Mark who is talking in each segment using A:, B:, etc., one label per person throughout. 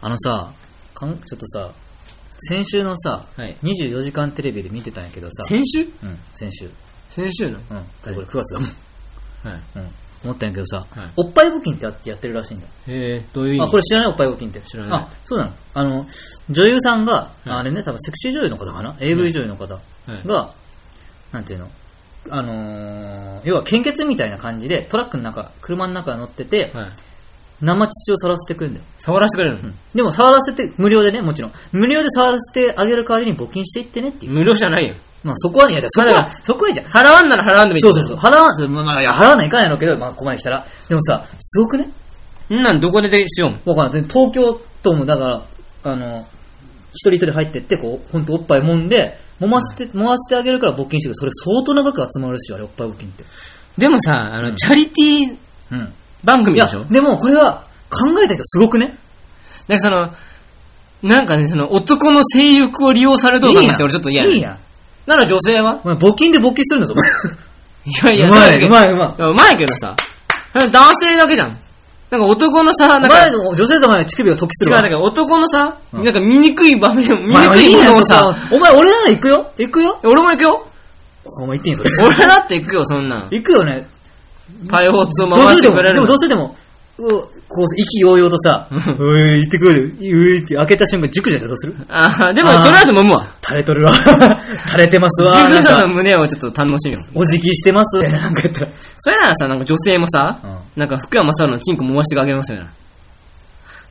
A: あのさ、かんちょっとさ、先週のさ、
B: はい
A: 24時間テレビで見てたんやけどさ、
B: 先週
A: うん、先週。
B: 先週の
A: うん、これ9月だもん。
B: はい。
A: うん。思ったんやけどさ、
B: はい
A: おっぱい募金ってやってやってるらしいんだよ。
B: えー、どういう意味
A: あ、これ知らないおっぱい募金って。
B: 知らない
A: あ、そうなの。あの、女優さんが、
B: い
A: あれね、多分セクシー女優の方かな ?AV 女優の方
B: はい
A: が、なんていうのあのー、要は献血みたいな感じで、トラックの中、車の中乗ってて、
B: はい。
A: 生乳をさらせてくんだよ。
B: 触らせてくれるの、
A: でも触らせて、無料でね、もちろん。無料で触らせてあげる代わりに募金していってねっていう。
B: 無料じゃないよ。
A: まあそこはね、いやそこ
B: まあだ
A: は
B: か、
A: そこはいいじゃん。
B: 払わんなら払わんでもいい
A: そうそうそう。払わん、まあまあ、いや払わないかんやろうけど、まあここまで来たら。でもさ、すごくね
B: う。んなんどこででしようもん。
A: わかんない。で東京とも、だから、あの、一人一人入ってって、こう、ほんとおっぱい揉んで、揉ませて、揉ませてあげるから募金してくる。それ相当な額集まるし、あれ、おっぱい募金って。
B: でもさ、あの、チャリティー
A: うん。
B: 番組
A: いや
B: でしょ、
A: でもこれは、考えた人すごくね
B: で、その、なんかね、その、男の性欲を利用されとうかなんて俺ちょっと嫌
A: いい
B: や。
A: やん。
B: なら女性は
A: お前、募金で募金するんだぞ、
B: いや いや、
A: う
B: そう
A: ま
B: だ
A: い、
B: け
A: う
B: ど。
A: まい、うまい。
B: いやうまいけどさ、男性だけじゃん。なんか男のさ、なんか、
A: 前の女性と前の乳首を突起す
B: 違う、
A: るわ。
B: だから男のさ、
A: うん
B: なんか醜い場面、
A: まあ
B: 醜いものをさ、
A: お前俺なら行くよ行くよ
B: 俺も行くよ。
A: お前言っていいんそれ。
B: 俺だって行くよ、そんなん。
A: 行くよね。
B: パイホーツを
A: どう
B: 回し
A: せで
B: て
A: も、
B: くれ
A: で
B: る
A: も
B: の
A: どうせでも、うおこう、意気揚々とさ、う
B: うん
A: ーい、行ってくる、うーいって開けた瞬間、塾じゃったらどうする
B: あーでも
A: あー
B: とりあえず揉むわ。
A: 垂れとるわ。 垂れてますわ。
B: ジ
A: な
B: グ
A: ん
B: ザ
A: か、
B: の胸をちょっと楽しみよう。
A: お辞儀してます。なんか言ったら。
B: それならさ、なんか女性もさ、
A: う
B: なんか福山雅治のチンコ揉ましてあげますよ な。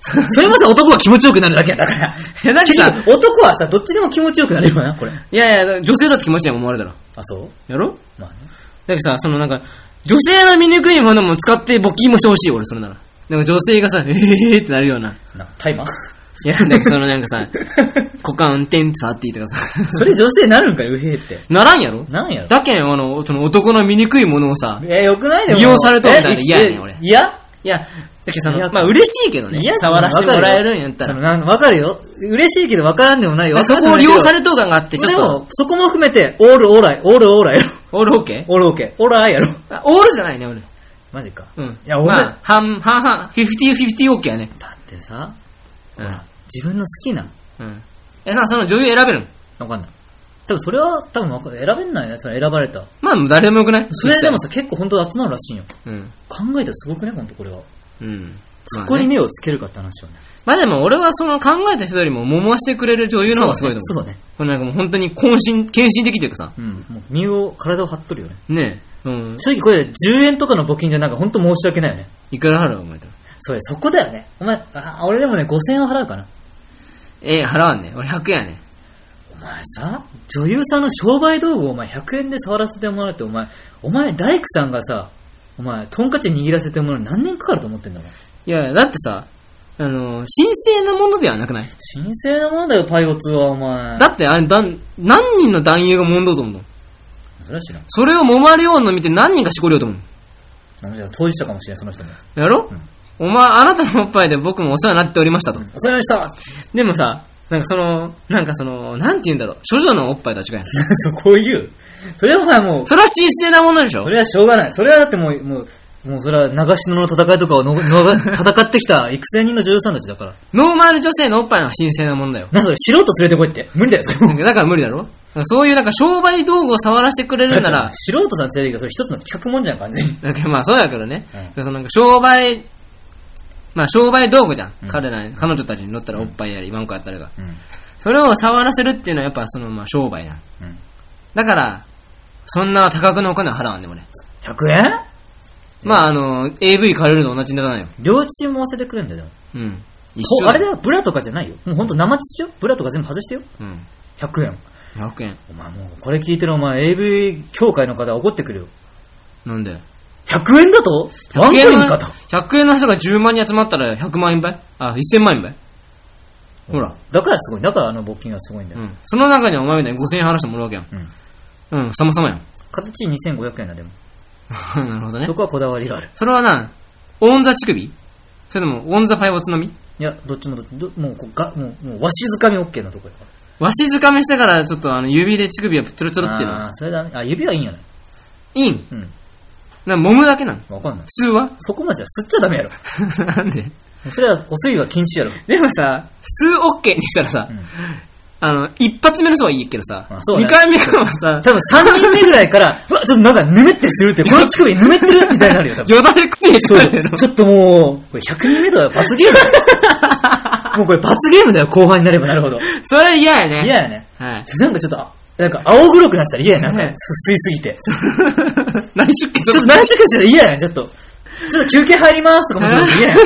A: それまた男は気持ちよくなるだけやだから。
B: え、だって
A: 結
B: さ、
A: 局男はさ、どっちでも気持ちよくなれるよな、これ。
B: いやいや、女性だって気持ちいいもん揉まれたら。
A: あ、そう
B: やろ
A: まあね。
B: だけどさ、そのなんか、女性の醜いものも使って募金もしてほしい、俺、それなら。なんか女性がさ、え ーってなるような。
A: な、タイマー
B: いや、なんかそのなんかさ、股間運転さって言ってかさ、
A: それ女性なるんかよ、うへーって。
B: ならんやろ
A: なんやろ
B: だけん、あの、その男の醜いものをさ、
A: え、よくないでも
B: 利用されとるみたいで嫌やねん
A: え
B: 俺
A: いや
B: いや、だけどそ
A: いや
B: の、まあ嬉しいけどね
A: いや、
B: 触らせてもらえるんやった
A: そ
B: ら
A: の。なんかわかるよ。嬉しいけどわからんでもないよ。
B: そこを利用さ
A: れ
B: れとう感があって、ちょっ
A: で
B: と、
A: も、そこも含めて、オールオーライ、オールオーライやろ。
B: オールオーケー
A: オールオーケー。オーライやろ。
B: あオールじゃないね、俺。
A: マジか。
B: う
A: い
B: ん。
A: や、俺、
B: まあ、半、半々、フィフティフィフティオーケーやね。
A: だってさ、
B: う
A: ほ
B: ん
A: ら自分の好きな、
B: うん。え、な、その女優選べるの
A: わかんない。多分それは、多分わか選べんないね。それ選ばれた。
B: まあ、誰でもよくない
A: それでもさ、結構本当集まるらしいんよ。
B: 実際うん。
A: 考えたらすごくね、本当これは。
B: うん。
A: そ
B: まあ
A: こに
B: ね
A: 目をつけるかって話よね。
B: まあでも俺はその考えた人よりも揉ましてくれる女優の方がすごいと
A: そ
B: 思
A: う
B: う。
A: だね。
B: これなんかもう本当に渾身、献身的というかさ、
A: そうだね。うん。もう身を、体を張っとるよね。
B: ねえ、うん。
A: 正直これ10円とかの募金じゃなんか本当申し訳ないよね。
B: いくら払うお前と。
A: それ、そこだよね。お前、あ俺でもね、5000円は払うかな。
B: え払わんね。俺100円やね。
A: お前さ、女優さんの商売道具をお前100円で触らせてもらうって、お前、お前、大工さんがさ、お前、トンカチ握らせてもらうの何年かかると思ってんだもん。
B: いや、だってさ、あの、神聖なものではなくない
A: 神聖なものだよ、パイオツは、お前。
B: だってあれ、だん、何人の男優が揉んどうと思うの
A: それは知らん。
B: それを揉まれようの見て何人がしこりようと思う
A: あのじゃあ当事者かもしれん、その人も。
B: のやろ、お前、あなたのおっぱいで僕もお世話になっておりましたと。
A: お疲れ様でした
B: でもさ、なんかその、なんかその、なんて言うんだろう、処女のおっぱいとは違うやん。
A: そこを言う。それはお前もう、
B: それは神聖なものでしょ
A: それはしょうがない。それはだってもう、もう、もうそれは長篠の戦いとかをのの戦ってきた幾千人の女優さんたちだから。
B: ノーマル女性のおっぱいの方が神聖なも のだよ。
A: な、それ、素人連れてこいって。無理だよ、それ。
B: なんかだから無理だろだからそういうなんか商売道具を触らせてくれるなら、
A: 素人さん連れてきたら、それ一つの企画もんじゃん、完全に。
B: だけどまあそうやけどね、
A: うん
B: だからそのなんか商売、まあ商売道具じゃん。
A: うん
B: 彼ら、彼女たちに乗ったらおっぱいやり、マンコやったりが。
A: うん。
B: それを触らせるっていうのはやっぱそのまあ商売やん。
A: うん。
B: だから、そんな多額のお金は払わんでもね。
A: 100円
B: まああの、AV 借りるのと同じにならないよ。
A: 両乳も合わせてくれんだよ、でも。
B: うん。一
A: こ
B: 緒
A: あれだよ、ブラとかじゃないよ。もうほんと生乳よ。ブラとか全部外してよ。
B: うん。
A: 100円。
B: 100円。
A: お前もう、これ聞いてるお前、AV 協会の方怒ってくるよ。
B: なんで
A: 100円だとワンコインかと。
B: 100円の人が10万人集まったら100万円倍あ、1000万円倍ほら。
A: だからすごい。だからあの募金はすごいんだ
B: う
A: よ。
B: ん。その中にはお前みたいに5000円払してもらうわけやん。
A: うん。
B: うん、様々やん。
A: 形2500円だ、でも。
B: なるほどね
A: そ。こはこだわりがある。
B: それはな、オンザ乳首それとも、オンザパイボツのみ
A: いや、どっちもどっちどもうこうが、もう、もう、わしづかみ OK のとこやから。
B: わしづかみしてから、ちょっとあの、指で乳首をプツルツルっていうの
A: あー
B: は、
A: それだね。あ、指はいいんやない
B: いん。
A: うん。
B: な、揉むだけなの。
A: わかんない。
B: 普通は
A: そこまでじゃ、吸っちゃダメやろ。
B: なんで
A: それは、お水は禁止やろ。
B: でもさ、数オッケーにしたらさ、
A: うん
B: あの、一発目の人はいいけどさ、
A: あそうね
B: 二回目からはさ、
A: 多分3人目ぐらいから、うわ、ちょっとなんかぬめってるするって、この乳首ぬめってるみたいになるよ、多分。
B: よだれくせえって
A: そ
B: な
A: う
B: るよ。、
A: ちょっともう、これ100人目だよ、罰ゲームだよ もうこれ罰ゲームだよ、後半になればなるほど。
B: それ嫌やね。
A: 嫌やね。
B: はい。
A: なんかちょっと、あなんか青黒くなってたら嫌やね。なんか、
B: ね
A: 吸いすぎて。ちょ
B: 何出血
A: っと何週かして嫌やね、ちょっと。ちょっと休憩入りますとかもちょっと嫌やね。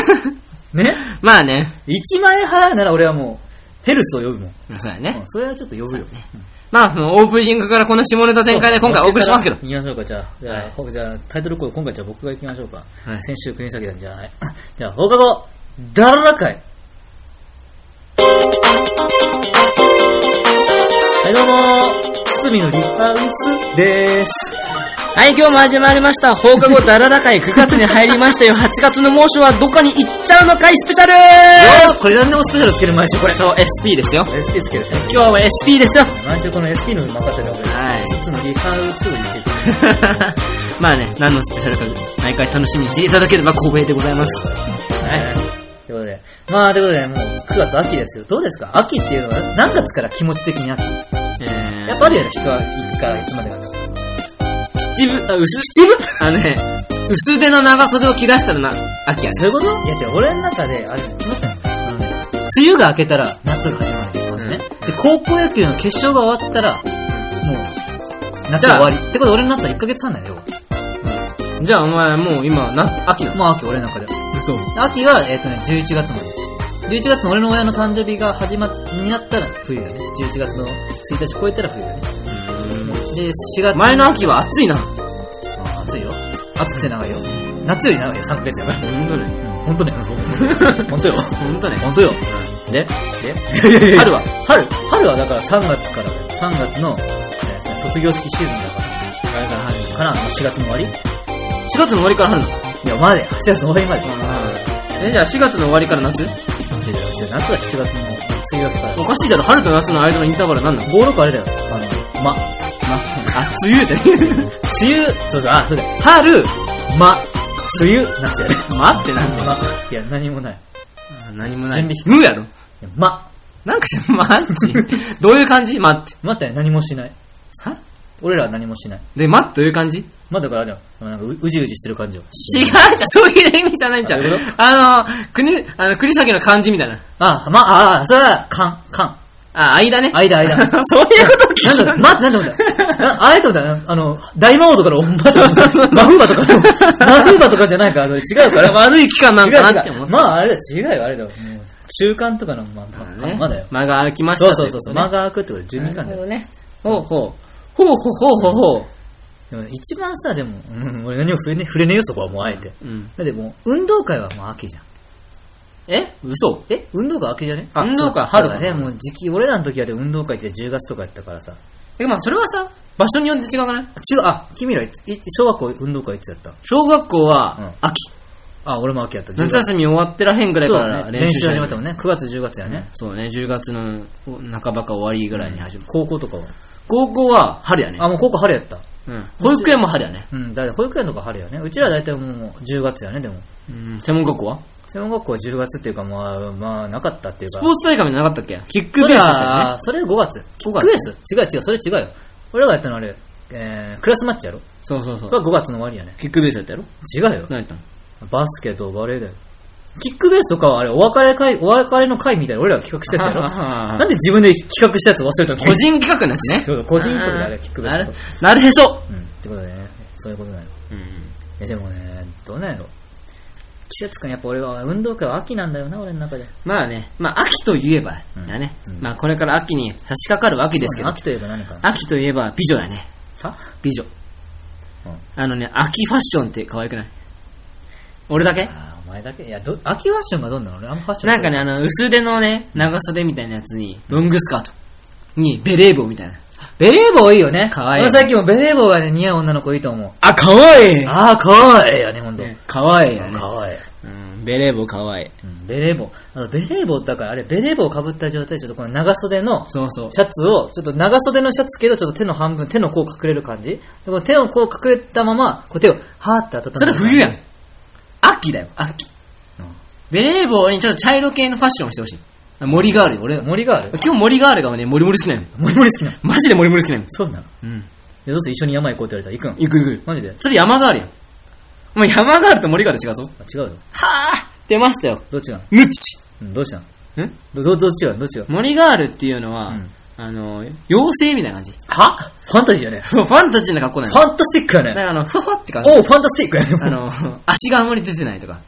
A: ね
B: まあね。
A: 1万円払うなら俺はもう、ヘルスを呼ぶもん。
B: そうや
A: う
B: ね
A: ん。それはちょっと呼ぶよ。
B: まあ、もうオープニングからこの下ネタ全開で今回お送りしますけど
A: 行。きましょうか、じゃあ。じゃあ、ほじゃあタイトルコール、今回じゃあ僕が行きましょうか。
B: はい
A: 先週国崎さんじゃない。 じゃあ、放課後、だらら会。はい、どうもー。堤のリハウスです。
B: はい、今日も始まりました。放課後だらら会9月に入りましたよ。8月の猛暑はどこに行っちゃうのかいスペシャル
A: よーこれ何でもスペシャルつける毎週これ。
B: そう、SP ですよ。
A: SP つける。
B: 今日は SP ですよ。
A: 毎週この SP の任せで俺、
B: はい。
A: 堤のリハウスを言ってる。
B: まあね、何のスペシャルか毎回楽しみにしていただければ光栄でございます。
A: はい。ということで。まあ、ということで、もう9月秋ですよ。どうですか秋っていうのは何月から気持ち的に秋
B: え
A: やっ
B: ー、
A: ぱりやる人はいつからいつまでかな。
B: 七分、あ、薄、七分あのね、薄手の長袖を着だしたらな、秋やね。
A: そういうこといや違う、俺の中で、あれ、すいません。あのね、梅雨が明けたら夏が始まるんですよね。で、高校野球の決勝が終わったら、もう、夏が終わり。ってことで俺になったら1ヶ月半だよ。
B: じゃあお前もう今、な、秋なの
A: もう秋、俺の中で。
B: 嘘。
A: 秋は、えっ、とね、11月まで。11月の俺の親の誕生日が始まっ、になったら冬だね。11月の1日超えたら冬だね。で、4月
B: 前の秋は暑いな。
A: うん暑いよ。暑くて長いよ。夏より長いよ、3ヶ月やから。
B: ほんとね。
A: 本当ね。 本当よ。
B: ほんとね。
A: 本当よ。
B: で、
A: で
B: 春は
A: 春春はだから3月からだよ。3月の、えー卒業式シーズンだから。だから春かな ?4 月の終わりい
B: ?4 月の終わりから春なの
A: や、まで。8月の終わりまで。
B: え、じゃあ4月の終わりから夏
A: 違う違う違う夏は7月の梅雨明けから
B: お。かしいだろ、春と夏の間のインターバルなんなの
A: 5、6あれだよ。あの、ま。
B: あ、梅雨じゃ ね
A: 梅雨、そうそう、あ、そうだよ。春、ま、梅雨、夏やね。
B: え。待ってなんだよ。
A: ま、いや、何もない。
B: 何もない。
A: 準
B: 無やろ。
A: いやま、
B: なんかじゃ、待って。どういう感じ待って。
A: 待って、何もしない。
B: は
A: 俺らは何もしない。
B: で、待ってどういう感じ違う
A: ま、だからあれだよ。なんかう、うじうじしてる感じを。
B: じゃん、そういう意味じゃないんじゃん
A: なるほど。
B: あの、国、あの、栗崎の漢字みたいな。
A: あ、ま、あ、あそれは、かん、かん。
B: あ、間ね。
A: 間間
B: そういうことを聞
A: なん
B: い
A: だ、
B: た
A: ま、なんだ、なんだ、ああえてもだ、あの、大魔王とかの、ま、マフーバとかの、マフーバとかじゃないから、それ違うから、
B: 悪い期間な
A: 違
B: ん
A: う
B: かなって
A: 違
B: 思っ
A: う。
B: た。
A: まあ、あれだ、違うよ、あれだよ。もう中間とかの、ま、ま、
B: ね
A: まだよ。
B: 間が空きました
A: そ
B: といううこ
A: そ
B: と
A: う
B: で。
A: そうそう、間が空くってことで12間だよ。
B: ね。ほうほう。ほうほうほうほうほ
A: でも一番さ、でも、うん、俺何も触れね、触れねえよ、そこはもうあえて。
B: う。うん。
A: だってもう、運動会はもう秋じゃん。
B: え嘘
A: え運動会秋じゃね
B: あ運動会
A: そう
B: 春
A: だ
B: か
A: ね。もう時期、俺らの時はで運動会って10月とかやったからさ。
B: え、まあそれはさ、場所によって違くない
A: 違う、あ、君らいつ、い小学校運動会いつやった
B: 小学校
A: うん
B: は秋。
A: あ、俺も秋やった。10
B: 夏
A: 月
B: 休み終わってらへんぐらい
A: そ
B: か
A: う
B: ら
A: ね、練習始まったも
B: ん
A: んね。9月、10月やね。
B: そうね、10月の半ばか終わりぐらいに始まる。
A: 高校とかは。
B: 高校は春やね。
A: あ、もう高校春やった。
B: うん。保育園も春やね。
A: うん、だいたい保育園とか春やね。うちら大体もう10月やね、でも。
B: うん。専門学校は
A: 専門学校は10月っていうか、まあ、まあ、なかったっていう
B: ス
A: か。
B: ポーツ大会みたいなのなかったっけキック
A: そ
B: ベ
A: れ
B: ースでしたよね。
A: は、それ5月。
B: 5
A: クエス違う違う、それ違うよ。俺らがやったのあれ、えー、クラスマッチやろ
B: そうそうそう。
A: が5月の終わりやね。
B: キックベースやったやろ
A: 違うよ。
B: 何やったの
A: バスケとバレーだよ。キックベースとかはあれ、お別れ会、お別れの会みたいな俺らが企画したやつや ろなんで自分で企画したやつ忘れたの
B: 個人企画のやつね。
A: そう個人企画で あれ、キックベース
B: な
A: と
B: るなるへそ。
A: うん、ってことでね、そういうことなの。
B: うん。
A: え、でもね、どうなんやろ。季節感、やっぱ俺は運動会は秋なんだよな、俺の中で。
B: まあね、まあ秋といえば、
A: うん
B: だね、
A: うん
B: まあこれから秋に差し掛かるわけですけど、
A: 秋といえば何かな。
B: 秋といえば美女だね。
A: は
B: 美女。
A: うん
B: あのね、秋ファッションって可愛くない俺だけ
A: あーお前だけいや、ど秋ファッションがどんなの俺あんまファッション。
B: なんかね、、あの、薄手のね、長袖みたいなやつに、ロングスカート。に、ベレー帽みたいな。
A: ベレー帽いいよね。
B: かわいい
A: 俺さっきもベレー帽がね、似合う女の子いいと思う。
B: あ、可愛い
A: ああ、かわいいよね、ほんと。
B: 可愛いよね
A: か。わいい。
B: うん、ベレー帽可愛い。
A: うんベレー帽。あの、ベレー帽だから、あれ、ベレー帽をかぶった状態で、ちょっとこの長袖の
B: そうそう。
A: シャツを、ちょっと長袖のシャツけど、ちょっと手の半分、手の甲隠れる感じ。でこの手の甲隠れたまま、こう手を、はーって温める。
B: それ冬やん。秋だよ、秋。
A: うん
B: ベレー帽にちょっと茶色系のファッションをしてほしい。森ガールよ、俺。
A: 森がある
B: 今日森ガールがね、モリモリ好きなの。
A: 森森好きなの
B: マジでモリモリ好きなの。
A: そうなの
B: うん。
A: え、どうせ一緒に山行こうって言われたら行くん
B: 行く行く。
A: マジで
B: それ山ガールやん。もう山ガールと森ガール違うぞ。
A: あ違うよ。
B: はぁ出ましたよ。
A: どっちなの
B: ムチ
A: うん、どっちなの
B: ん
A: ど、ど、どっちがどっちが
B: 森ガールっていうのは、
A: うん
B: あの、妖精みたいな感じ。
A: はファンタジーやね。
B: ファンタジーな格好な
A: フ
B: の。
A: ァンタスティックや
B: だ
A: ね。
B: からあの、ふわふわって感じ。
A: おう、ファンタスティックやね。
B: あ の、足があんまり出てないとか。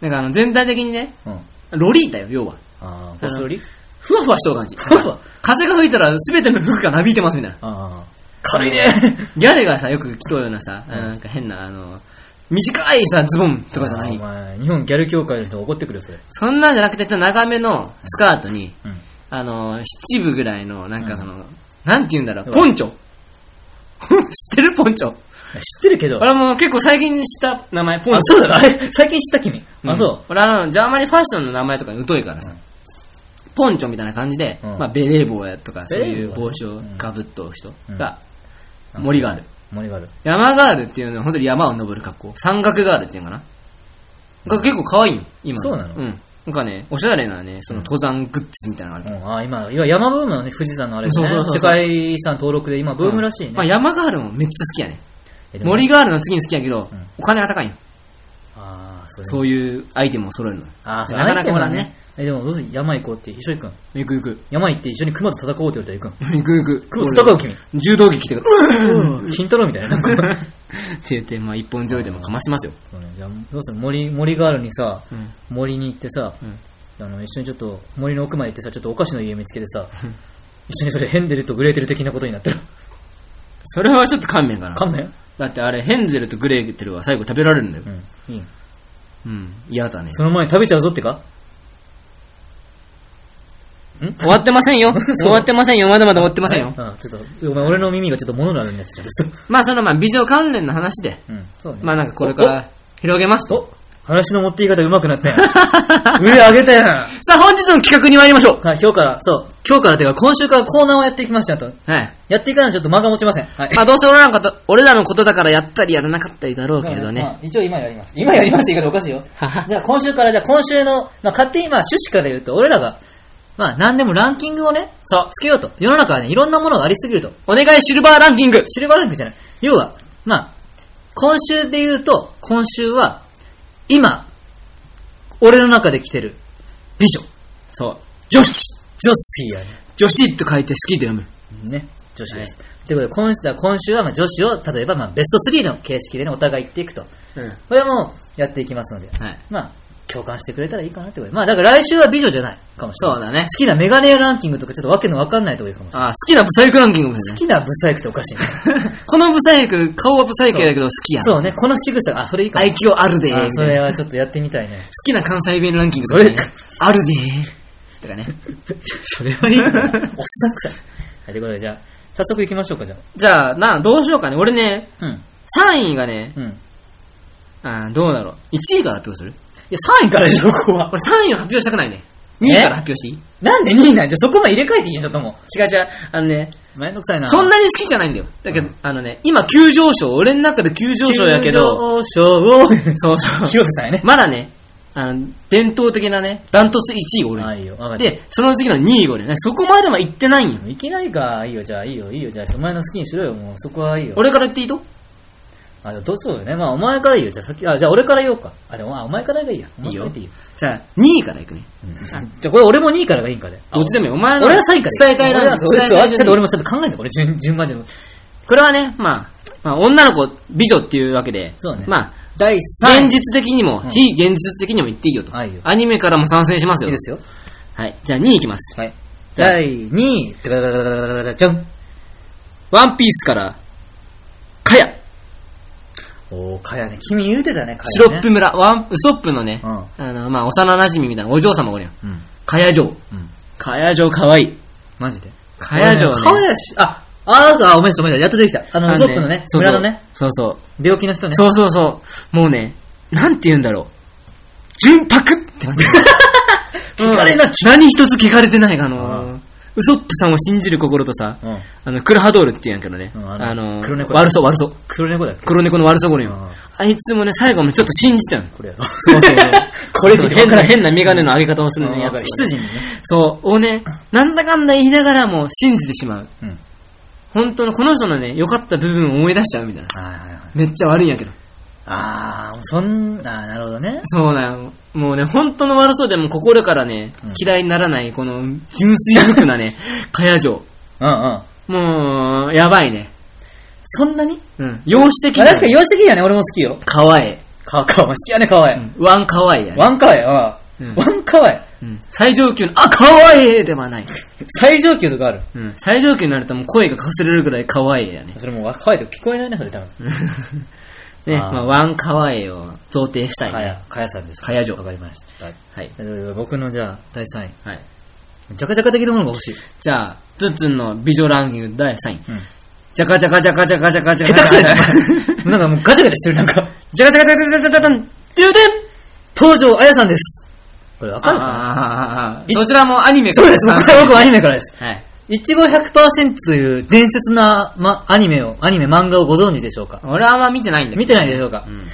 B: なんかあの、全体的にね、
A: うん。
B: ロリータよ、要は。
A: あー、
B: あ
A: ポスト
B: の
A: より
B: ふわふわしとる感じ。
A: ふわふわ
B: 風が吹いたら全ての服がなびいてます みたいな。
A: あー。
B: 軽 いね。ギャルがさ、よく着とるようなさ、なんか変な、あの、短いさ、ズボンとかじゃな
A: あーお
B: い。
A: 前、日本ギャル協会の人怒ってくるよ、それ。
B: そんなんじゃなくて、ちょっと長めのスカートに、
A: うん。
B: あの、七分ぐらいの、なんかその、なんて言うんだろ
A: う
B: う、
A: ん
B: ポンチョ。 知ってるポンチョ。
A: 知ってるけど。
B: 俺もう結構最近知った名前、ポンチョ。
A: あ、そうだな。あれ、最近知った君。
B: ん
A: あ、そ
B: 俺あの、ジャーマニファッションの名前とかに疎いからさ、
A: うん
B: ポンチョみたいな感じで、
A: うん
B: まあベレー帽やとか、そう
A: ベレー
B: いう
A: 帽
B: 帽子をかぶっとう人が、
A: うん
B: 森ガール。
A: う。森がある。
B: 山ガールっていうのは本当に山を登る格好。山岳ガールっていうのかなが結構可愛いよ、今。
A: そうなの
B: うん。なんかね、おしゃれなね、その登山グッズみたいなのがあ
A: う
B: る
A: ん、あー今、今山ブームのね、富士山のあれですね
B: そうそうそう
A: 世界遺産登録で今ブームらしいね。
B: まあ山ガールもめっちゃ好きやね。
A: えでも
B: 森ガールの次に好きやけど
A: うん、
B: お金が高いよ。
A: ああ、そういう。
B: そういうアイテムを揃えるの。
A: ああ、そう
B: なかなかほらね。。
A: え、でもどうせ山行こうって一緒に行くん。
B: 行く行く。
A: 山行って一緒に熊と戦おうって言われたら行
B: 行く行く。
A: くん。熊と戦う君。
B: 俺柔道着着てくる。
A: うん。金太郎みたいな。なんか
B: って言って、まあ一本上でもかましますよ。
A: そうね、じゃあどうする森、森ガールにさ、
B: うん。
A: 森に行ってさ、
B: うん。
A: あの、一緒にちょっと森の奥まで行ってさ、ちょっとお菓子の家見つけてさ、一緒にそれヘンデルとグレーテル的なことになったら、
B: それはちょっと勘弁かな。
A: 勘弁
B: だってあれ、ヘンゼルとグレーテルは最後食べられるんだよ
A: う。ん。いいよ
B: うん。嫌だね。
A: その前に食べちゃうぞってかん
B: 終わってま せんよ。終わってませんよ。まだまだ終わってませんよ。
A: うん、ちょっと、お前俺の耳がちょっと物になるんですちょっ
B: まあそのまあ美女関連の話で、
A: と。うん、そうね。
B: まあなんかこれから広げます
A: お、
B: と。
A: お話の持っていき方上手くなった よ。上上げたよ。
B: さあ本日の企画に参りましょう。
A: はい、今日から、そう、今日からていうか今週からコーナーをやっていきましたと。
B: はい。
A: やっていかないとちょっと間が持ちません。はい。
B: まあどうせ俺らのこと、俺らのことだからやったりやらなかったりだろうけれど
A: まあ
B: ね。
A: まあ一応今やります。今やりますって言い方おかしいよ。
B: はは。
A: じゃあ今週から、じゃあ今週の、まあ勝手にまあ趣旨から言うと、俺らが、まあ何でもランキングをね、
B: そう。
A: つけようと。世の中はね、いろんなものがありすぎると。
B: お願いシルバーランキング。
A: シルバーランクじゃない。要は、まあ、今週で言うと、今週は、今、俺の中で来てる、美女。
B: そう。女子。
A: 女子やね。
B: 女子と書いて好きで読む。
A: ね。女子です。ということで、今週は、今週はまあ女子を、例えば、まあ、ベスト3の形式でね、お互い言っていくと。
B: うん。
A: これはもう、やっていきますので。
B: はい。
A: まあ、共感してくれたらいいかなってことで。まあ、だから来週は美女じゃないかもしれない。
B: そうだね
A: 好きなメガネ屋ランキングとかちょっとわけのわかんないとこいいかもしれない。
B: あ、好きなブサイクランキングです
A: 好
B: ね。
A: きなブサイクっておかしいね。
B: このブサイク、顔はブサイクやけど好きやん。
A: そうね、この仕草が、あ、それいいかも。
B: 愛嬌あるでー。
A: あ
B: み
A: そ
B: た
A: れ
B: いな好
A: はちょっとやってみたいね。
B: きな関西弁ランキングとかね
A: それか
B: あるでー。とかね。
A: それはいいかな。おっさんくさい。はい、ということで、じゃあ、早速行きましょうか、じゃ
B: じゃあ、な、どうしようかね。俺ね、
A: あ。うん。
B: 3位がね、
A: うん。い
B: あーどうだろう。1位から発表する
A: や、3位からでしょ、ここは。
B: 俺3位を発表したくないね。2位から発表していい違
A: なんで2位なんじゃ、そこまで入れ替えていいよ、ちょっとも
B: う違う。あのね、
A: う。めんどくさいな。
B: そんなに好きじゃないんだよ。だけど、
A: うん
B: あのね、今急上昇。俺の中で急上昇やけど、
A: 上昇を、
B: そうそう。
A: 広瀬さんやね。
B: まだね、あの、伝統的なね、ダントツ1位が俺。
A: あ、いいよ、わかった。
B: で、その次の2位が俺ね。そこまでは行ってないんよ。
A: いけないか。いいよ、じゃあ、いいよ、いいよ、じゃあ、お前の好きにしろよ、もう、そこはいいよ。
B: 俺から言っていいと
A: あ、でもどうそうよね。まあ、お前からいいよ。じゃあ、先、あ、じゃあ、俺から言おうか。あ、でも、あ、お前からがいいや。お前からでいいよ。
B: じゃあ、2位から行くね。
A: うんじゃあ、これ俺も2位からがいいんかね。
B: どっちでもいい。お前の
A: 俺は3位から
B: 伝えたい
A: 俺
B: ラ
A: は
B: ンキ
A: そ
B: ン
A: う
B: グ。伝えたい
A: 俺ちょっと俺
B: も。
A: もちょっと考えて、これ順、順番でも。
B: これはね、まあ、まあ、女の子、美女っていうわけで、
A: そうね
B: ま
A: 第
B: あ、
A: 3位。
B: 現実的にも
A: うん、
B: 非現実的にも言っていいよと。
A: あいいよ
B: アニメからも参戦します
A: いい
B: よ
A: で。すよ。
B: はい。じゃあ2位いきます。
A: はい。第2位、ダダダダダダダダじゃん。
B: ワンピースから、かや、
A: おー、かやね。君言うてたね、か
B: シロッ
A: ね。
B: プ村、ワン、ウソップのね、
A: う
B: あ
A: ん
B: の、まあ、幼馴染みたいなお嬢様がおるやん。
A: うん。
B: かや城。
A: うん。
B: かや城かわいい。
A: マジで。
B: かや城ね。
A: かやし、あ、あーが、おめでとう、おめでとう。やっとできた。あの、ウソップのね、
B: そうそ
A: 村
B: う
A: のね、。
B: そうそう。
A: 病気の人ね。
B: そうそうそう。もうね、なんて言うんだろう。純白って感じ。
A: 汚れな
B: うん何一つ汚れてない、あの
A: う
B: ー、ウソップさんを信じる心とさ、
A: うん。
B: あの、クルハドールって言うんやけどね。
A: うんあの
B: あの、
A: 黒猫
B: 悪そう悪そう。
A: 黒猫だっけ
B: 黒猫の悪そうゴリン
A: うん
B: よ。あいつもね、最後もちょっと信じたの。
A: これやろ。
B: そうそうそう
A: これで
B: 変な、変なメガネの上げ方をす
A: う
B: る
A: ん
B: のやつ。
A: 羊にね。
B: そう、をね、なんだかんだ言いながらも信じてしまう。
A: うん。
B: 本当のこの人のね、良かった部分を思い出しちゃうみたいな。
A: はいはいはい。
B: めっちゃ悪いんやけど。
A: あー、そんな、なるほどね。
B: そうだよ。もうね、本当の悪そうでも心からね
A: うん、
B: 嫌いにならない、この純粋無垢なね、かや嬢。
A: うんうん。
B: もう、やばいね。
A: そんなに
B: うん。容姿的
A: まあ確かに
B: に。
A: 容姿的にはね、俺も好きよ。
B: かわい
A: かわかわいい。好きやね、かわいい。
B: い。ワンかわいいやね。
A: ワンかわいい。うん。
B: うん
A: ワンかわいい。
B: うん最上級の、あ、かわいいではない。
A: 最上級とかある。
B: うん。最上級になるともう声がかすれるぐらいかわいいやね。
A: それもう、かわいいと聞こえないね、それ多分。
B: ね、
A: あー
B: まあ、ワンかわいいを贈呈したい
A: か
B: ね。
A: や、かやさんです。
B: かや嬢
A: わかりました。はい
B: はい。
A: えー僕のじゃあ、第3位。
B: はい。
A: ジャカジャカ的なものが欲しい。
B: じゃあ、ツッツンの美女ランキング第3位。
A: うん。
B: じゃかじゃかじゃかじゃかじゃかじゃ
A: 下手く
B: か。
A: そや
B: じゃ
A: な
B: か、
A: お前 なんかもうガチャガチャしてる、なんか。
B: じゃかじゃかじゃかじゃかじゃかん。
A: 充電東条あやさんです。これわ
B: あ
A: か
B: ー
A: るかな
B: あーあーあーそちらもアニメ
A: そうです、僕は僕はアニメからです。
B: はい。
A: いちご100%という伝説な、ま、アニメを、アニメ漫画をご存知でしょうか
B: 俺はあんま見てないんだけど。
A: 見てないでしょうか
B: うん。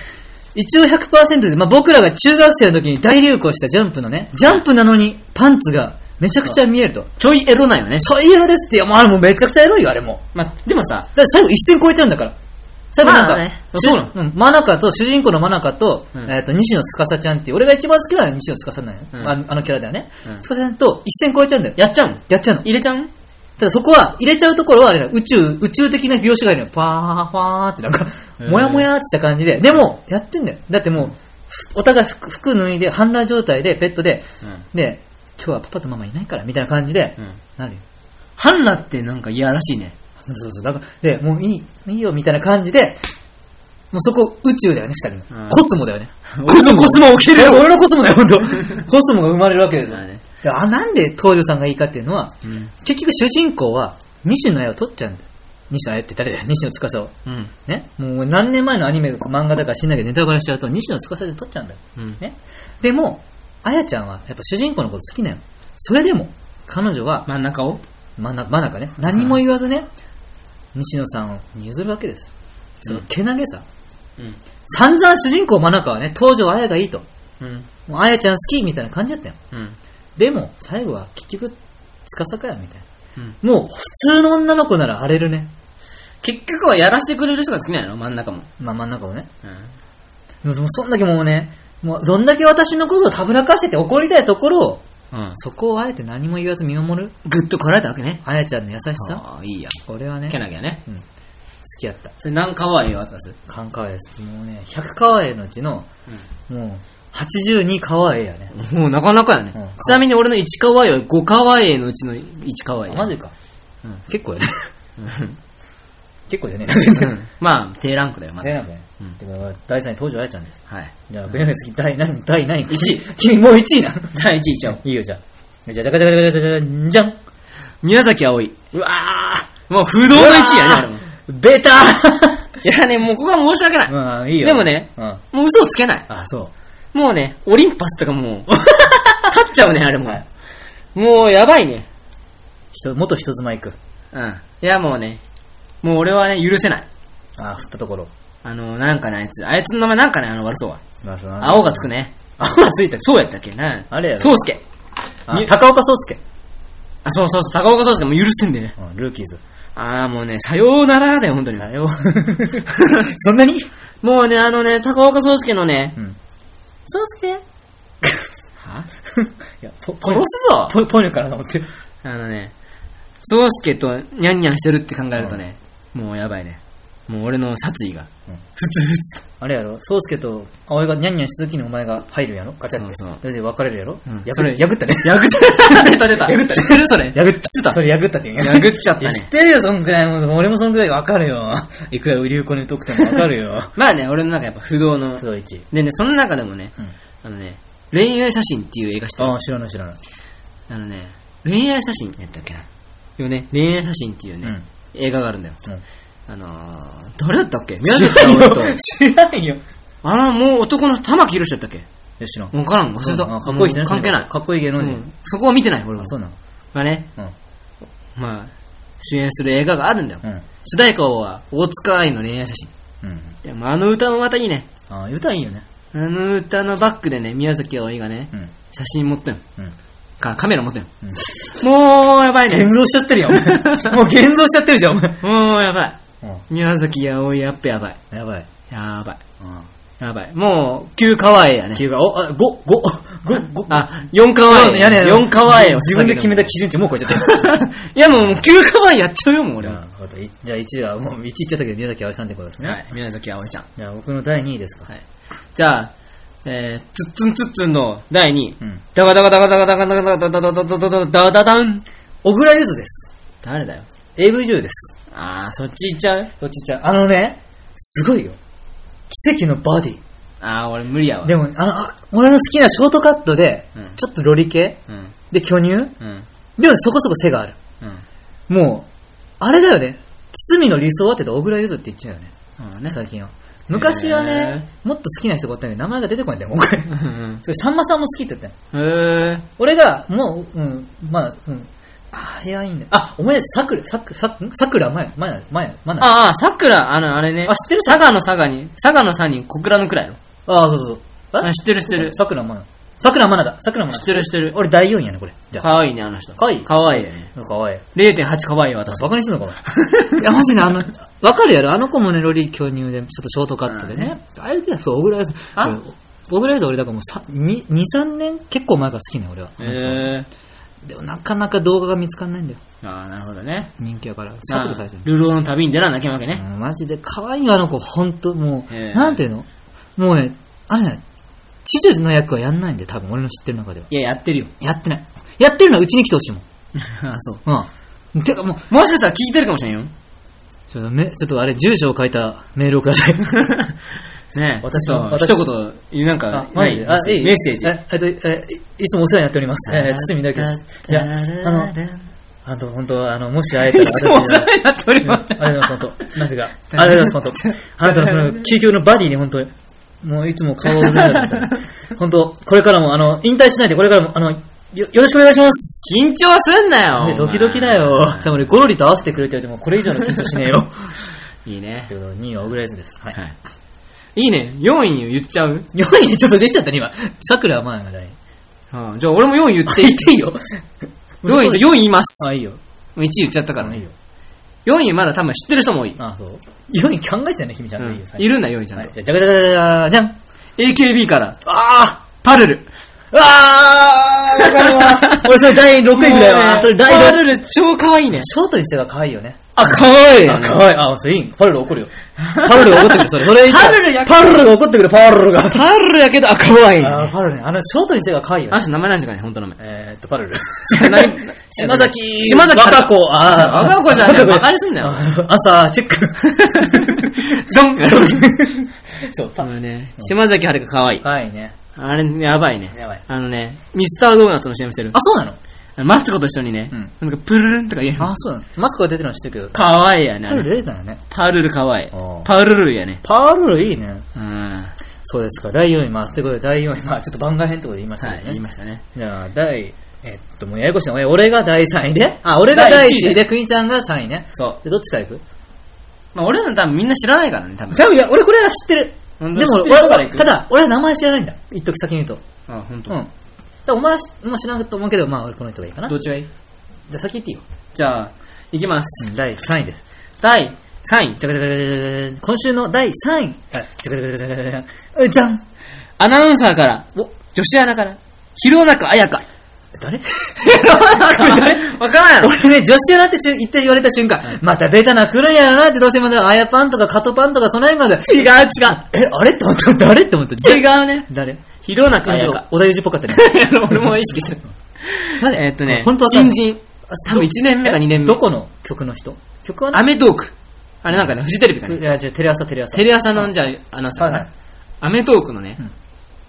A: 一応100%で、まあ、僕らが中学生の時に大流行したジャンプのね、ジャンプなのにパンツがめちゃくちゃ見えると。
B: ちょいエロなんよね。
A: そういう色ですって、いやもうあれもうめちゃくちゃエロいよ、あれも
B: まあ、でもさ、
A: う。だって最後一線超えちゃうんだから。最後なんか、
B: まあね
A: 主
B: そうなの
A: んマナカと、主人公のマナカと、
B: うん
A: えっ、と、西野司ちゃんっていう、俺が一番好きなのは西野司なんよ、
B: うん
A: あのあのキャラだよね。
B: うん
A: 司ちゃんと一線超えちゃうんだよ。
B: やっちゃうの
A: やっちゃうの。
B: 入れちゃうの
A: ただそこは、入れちゃうところはあれだ、宇宙、宇宙的な描写があるのよ。パーパーってなんか、
B: へー
A: もやもやってした感じで。でも、やってんだよ。だってもう、ふお互い服服脱いで、半裸状態で、ベッドで、で、今日はパパとママいないから、みたいな感じで、
B: うん。うん。
A: なるよ。
B: ハンラってなんかいやらしいね。
A: そうそう、だから、で、もういい、いいよ、みたいな感じで、もうそこ宇宙だよね、二人
B: う
A: の。
B: ん
A: コスモだよね。
B: コスモ
A: コスモ起きる俺のコスモだよ、ほんと。コスモが生まれるわけだよ。
B: まあね
A: であ、なんで東條さんがいいかっていうのは、
B: うん。
A: 結局主人公は西野綾を取っちゃうんだよ。西野綾って誰だよ、西野司を。
B: うん。
A: ね。もう何年前のアニメ、漫画だから知んないけどネタバレしちゃうと西野司で取っちゃうんだよ。
B: うん。
A: ね。でも、綾ちゃんはやっぱ主人公のこと好きなの。それでも、彼女は、
B: 真ん中を
A: まな、まなかね、何も言わずね、西野さんに譲るわけですよ。その、けなげさ。
B: うん。
A: 散々主人公真中はね、東条綾がいいと。
B: うん。
A: もう綾ちゃん好きみたいな感じだったよ。
B: うん。
A: でも、最後は結局、司かよ、みたいな。
B: うん。
A: もう、普通の女の子なら荒れるね。
B: 結局はやらせてくれる人が好きなんやろ真ん中も。
A: まあ真ん中をね。
B: うん。
A: でも、そんだけもうね、もう、どんだけ私のことをたぶらかしてて怒りたいところを、
B: うん。
A: そこをあえて何も言わず見守る、
B: ぐっとこらえたわけね。
A: あやちゃんの優しさ。
B: ああ、いいや。
A: これはね、
B: け
A: 好
B: なきゃね。
A: きやった。
B: それ何かわいい渡す。
A: カンカワエです。もうね、100カワエのうちの、もう、82カワエやね。
B: もうなかなかやね。
A: うん
B: ちなみに俺の1かわいいは5かわいいのうちの1かわいい。
A: あマジか。
B: うん
A: 結 構やね。
B: うん
A: 結構や ね。
B: まあ、低ランクだよ、ま
A: ね
B: だ。
A: なんかね
B: うん
A: てか第3位、東条あやちゃんです。
B: はい。
A: じゃあ、国の次、第何位、第何位。
B: 一位
A: 君、もう1位 な。
B: 第1位ちゃおう。
A: いいよ、じゃあ。じゃあ、じゃかじゃかじゃかじゃかじゃかじゃん。
B: 宮崎葵。
A: うわー。
B: もう不動の1位やねあれも。
A: ベ タ
B: いやね、もうここは申し訳ない。
A: まあ、いいよ。
B: でもね
A: うん。
B: もう嘘をつけない。
A: あ、そ
B: もうね、オリンパスとかもう、立っちゃうね、あれ
A: う。
B: も
A: はい。
B: う。もうやばいね。
A: 人、元人妻行く。
B: うん。いや、もうね、もう俺はね、許せない。
A: あ、振ったところ。
B: あの、なんかね、あいつ。あいつの名前なんかね、あの悪そうは。
A: まあ、その
B: 青がつく。ね。
A: 青がついた。
B: そうやったっけな。
A: あれやろ
B: 宗介。
A: あ
B: に
A: 高岡壮介。
B: あ、そうそうそう、高岡宗介もう許してんだよね。
A: うん、ルーキーズ。
B: あーもうね、さようならだよ、本当に。
A: さよう。そんなに
B: もうね、あのね、高岡宗介のね
A: う、ん。
B: 宗介
A: は いや、ポ、ポ
B: 殺すぞ
A: ポ、ポニョからと思って。
B: あのね、宗介とニャンニャンしてるって考えるとね、もうやばいね。もう俺の殺意が。
A: うん
B: ふつふつと。
A: あれやろ壮介と葵がニャンニャンした時にお前が入るやろガチャって。
B: そうそう
A: それで別れるやろ
B: うん
A: や
B: それ
A: ぐやぐったね。
B: やぐっちゃった。出た出 た。
A: やぐったね
B: 知ってるそれ。
A: やぐっ
B: 知ってた
A: それやぐったって言う
B: やぐっちゃったね。
A: いや知ってるよ、そんくらい。もう俺もそんくらいわかるよ。いくら売り子に疎くてもわかるよ
B: まあね、俺の中やっぱ不動の
A: 不。動一位。
B: でね、その中でもね、
A: うん。
B: あのね、恋愛写真っていう映画知ってる
A: ああ、知らない知らない。
B: あのね、恋愛写真やったっけな。よね、恋愛写真っていう
A: う
B: ね、
A: ん。
B: 映画があるんだよ。
A: うん
B: あのー、誰だったっけ宮崎駿 と。
A: 知らんよ。
B: あの、もう男の玉木宏だったっけ
A: よしの。
B: わからん、忘れた。
A: あかっこいい人ね
B: 関係ない。
A: かっこいい芸能
B: う
A: 人
B: ん。そこは見てない、
A: あ、
B: 俺は。
A: そうなの
B: がね、
A: うん。
B: まあ、主演する映画があるんだよ。
A: うん。
B: 主題歌は、大塚愛の恋愛写真。
A: うん。
B: でもあの歌もまたいいね。
A: ああ、歌はいいよね。
B: あの歌のバックでね、宮崎葵がね、
A: うん。
B: 写真持ってんの
A: うん。
B: か、カメラ持ってんの
A: うん。
B: もう、やばいね。
A: 現像しちゃってるよ、お 前もう現像しちゃってるじゃん、お前。
B: もう、やばい。宮崎葵やっぱやばい。
A: うん。やばい。
B: やばい。
A: うん。
B: やばい。もう、9可愛いやね。
A: 9が、お、あ、5、5、5、5。
B: あ、4可愛い。
A: やねやね
B: 4可愛いを
A: 自分で決めた
B: き。
A: 基準値もう超えちゃった。
B: いやもう、9可愛いやっちゃうよ、もう
A: じ
B: 俺
A: ゃ
B: は。
A: あ、わかったいじゃあ1は、もう1いっちゃったけど、宮崎葵さんってことですね。
B: はい、宮崎葵ちゃん。
A: じゃあ、僕の第2位ですか。
B: はい。じゃあ、えー、ツッツンツッツンの第2位
A: う。ん。
B: ダガダガダガダガダガダガダガダガダガダダダダン。
A: 小倉優斗です。
B: 誰だよ。
A: AV 女優です。
B: あー、そっち行っちゃう
A: こっち行っちゃう。あのね、すごいよ。奇跡のバディ。
B: あー、俺無理やわ。
A: でも、あの、あ俺の好きなショートカットで、
B: うん
A: ちょっとロリ系
B: うん、
A: で巨乳
B: うん、
A: でもそこそこ背がある。
B: うん。
A: もう、あれだよね。堤の理想はって言うと小倉優斗って言っちゃうよね。
B: うんね。
A: 最近は。昔はね、もっと好きな人がおったんだけど、名前が出てこないんだよ、もう一回。それ、さんまさんも好きって言ったよ。
B: うん。へー。
A: 俺が、もう、うん、まあ、うん。あれはいいんだよ。あ、お前、さくら、さく、さく、さくら、前、前、前、前。あ、
B: ああ、さくら、あの、あれね。
A: あ知ってる
B: 佐賀の佐賀に、佐賀の佐に小倉の倉やろ。
A: あ、そうそうそう。え
B: あ知ってる知ってる。
A: さくらまな。さくらまなだ。さくらまな。
B: 知ってる知ってる。
A: 俺第4位やね、これ。じゃ
B: かわいいね、あの人。
A: かわいい
B: かわいいよね。
A: あ。かわいい。
B: 0.8かわいいよ、私。
A: バカにしてんのかな いや、マジね、あの、わかるやろあの子もね、ロリー巨乳で、ちょっとショートカットでね。あれだよ、そう、小倉優
B: あ
A: 斗。小倉優斗俺だからもうさに2、3年結構前から好きね、俺は。
B: へ
A: でもなかなか動画が見つかんないんだよ。
B: ー。ああ、なるほどね。
A: 人気やから。さ
B: ま
A: く
B: あ
A: ら最初に。
B: ルローの旅に出らなきゃいけないうわ
A: んマジで可愛いよ、あの子。ほんと、もう、
B: へえ
A: なんていうのもうね、あれね、知事の役はやんないんで、多分俺の知ってる中では。
B: けね。いや、やってるよ。
A: やってない。やってるのはうちに来てほしいもん。
B: あそう。
A: うん。てかもう、
B: もしかしたら聞いてるかもしれんよ。
A: ちょっとめ、ちょっとあれ、住所を書いたメールをくださ い。
B: ねえ、
A: 私
B: ちょっと
A: 私
B: 一言、なんか、ないメッセージ。メッセージ。
A: ええっと、え、いいつもお世話になっております。えー、堤大樹です。いや、あの、あと本当、あの、もし会えたら
B: いつもお世話になっておりま
A: あ
B: す。
A: りがとうございます、本当。なんていうか、ありがとうございます、本当。あなたのその、究極のバディに本当に、もういつも顔を見られて、 本当、これからも、あの、引退しないで、これからも、あの、よ、よろしくお願いします。
B: 緊張すんなよ。お
A: ね
B: 前
A: ドキドキだよ。多分俺、ゴロリと合わせてくれてるって、もうこれ以上の緊張しねえ よ。
B: いいね
A: と。いうことで、2位はオグライズです。はい。
B: はい。いいね。4位言っちゃう
A: 4位でちょっと出ちゃったね、今。桜はまあがない。
B: うんじゃあ俺も4位言っていい
A: 言っていい よ。
B: 4位、4位言います。
A: あ、いいよ。
B: 1位言っちゃったから
A: いい
B: ね。
A: よ。
B: 4位まだ多分知ってる人も多い。
A: あ、そう。4位考えてない、ひみちゃん。
B: うん
A: いいよ、
B: いるんだ、4位ちゃ
A: は
B: ん
A: いじ
B: と。
A: ゃ、じゃがじゃがじゃじゃじゃん。
B: AKB から、
A: あ
B: パルル。
A: ーあーわかるわ。 俺それ第6位ぐらい
B: もう
A: は。
B: ね
A: それ
B: パ
A: 第6位。
B: ルル超可愛いね。
A: ショートにしてが可愛いよね。
B: あ、可愛い
A: あ、可愛い。あ、それいい。パルル 怒るよ。パルル怒ってくる、それ。それいい
B: パルルや
A: パルルが怒ってくる、パルルが。
B: パルルやけど、あ、可愛いね。
A: あー、パルルね。あの、ショートにしてが可愛いよ
B: あ
A: ね
B: の。人名前なんじゃない本当の名前。
A: えーっと、パルル。
B: 知らない
A: 島崎。
B: 島崎
A: 若子。ああ。
B: 若子じゃねえ
A: 若
B: バカにすんな よ。
A: 朝、チェッ ク。
B: ド ン
A: そう、
B: あ
A: パ
B: のね、島崎遥香可愛い。
A: はいね。
B: あれ、やばいね。
A: やばい
B: あのね、ミスタードーナツの CM してる。
A: あ、そうなの
B: あ、マツコと一緒にね、なんかプルルンとか言うの。
A: あ、そうなの。マツコが出てるの知ってるけど、
B: かわいいやね。
A: パ
B: あ
A: ルル
B: れ
A: 出てたよね。
B: パルルかわいい
A: ああ。
B: パルルやね。
A: パルルいいね。
B: うん。は
A: そうですか。第4位、まあ、ということで第4位、まあ、ちょっと番外編ってことで言いましたけ
B: い、
A: ど
B: 言い
A: ね。
B: ましたね。
A: じゃあ、第、えっと、もうややこしいな。俺俺が第3位で、あ、俺が第
B: 第
A: 1
B: 一
A: 位
B: 位
A: で、クニちゃんが3位ね。
B: そう。
A: で、どっちからいく
B: まあ俺ら多分みんな知らないからね、多分。
A: 多分、いや、俺これは知ってる。で
B: 本
A: も
B: 当に知っ、てる人から
A: 俺
B: いく
A: ただ、俺は名前知らないんだ。一時先に言うと。
B: あ、ほんと
A: うん。だからお前はしもう知らんと思うけど、まあ、俺この人がいいかな。
B: ど
A: じ
B: っちがいい
A: ゃあ、先言っていいよ。
B: じゃあ、いきます。
A: うん、第3位です。
B: 第3位。
A: じゃかじゃかじゃかじゃかじゃか今週の第3位。はいじゃかじゃかじゃかじゃかじゃかうんじゃん
B: アナウンサーから、
A: お、
B: 女子アナから、弘中 彩香。
A: 誰
B: わからんや ろ。
A: 俺ね、女子アナってしゅ言って言われた瞬間、またベタな来るんやろなってどうせまだ、あやパンとかカトパンとかその辺まで。
B: 違う違
A: え、あれって思った。誰って思った。
B: う。違 うね。
A: 誰
B: 弘中
A: 彼
B: 彩
A: 女
B: 香。、
A: 小田裕二っぽかったね。
B: 俺も意識してる。
A: なんで
B: えっとね、
A: 本当わかんな
B: 新
A: い
B: 人。多分1年目か2年目。
A: どこの曲の人曲は
B: アメトーク。あれなんかね、フジテレビか
A: い
B: ね。
A: や、じゃあテレ朝、テレ朝。
B: テレ朝の、じゃあ、アナウンサーか
A: はい
B: な。アメトークのね
A: うん、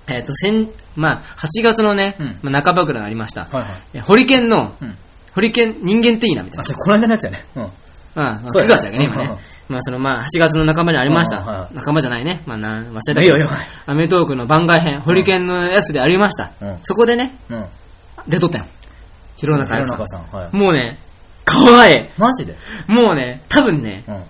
B: えっと、先、まあ、8月のね
A: うん、
B: まあ半ばくらいにありました。
A: はいはい。
B: えホリケンの
A: うん、
B: ホリケン人間っていいな、み
A: あ、
B: たいな
A: そ。れこの間のやつやね。うん。
B: まあ、まあ
A: そう
B: 9
A: やね
B: 月だけどね、今
A: うんうん
B: ね。まあ、その、まあ、8月の半ばにありまし
A: うんうんは
B: た。
A: い
B: 仲間じゃないね。まあ、な忘れた
A: いい
B: け
A: よいい
B: ど
A: よ。
B: アメトークの番外編、ホリケンのやつでありました
A: うん。
B: そこでね、
A: うん。
B: 出とったよ。弘中
A: 弘
B: 彩香さん
A: 中さん。はい。
B: もうね、可愛い。
A: マジで
B: もうね、多分ね、
A: うん。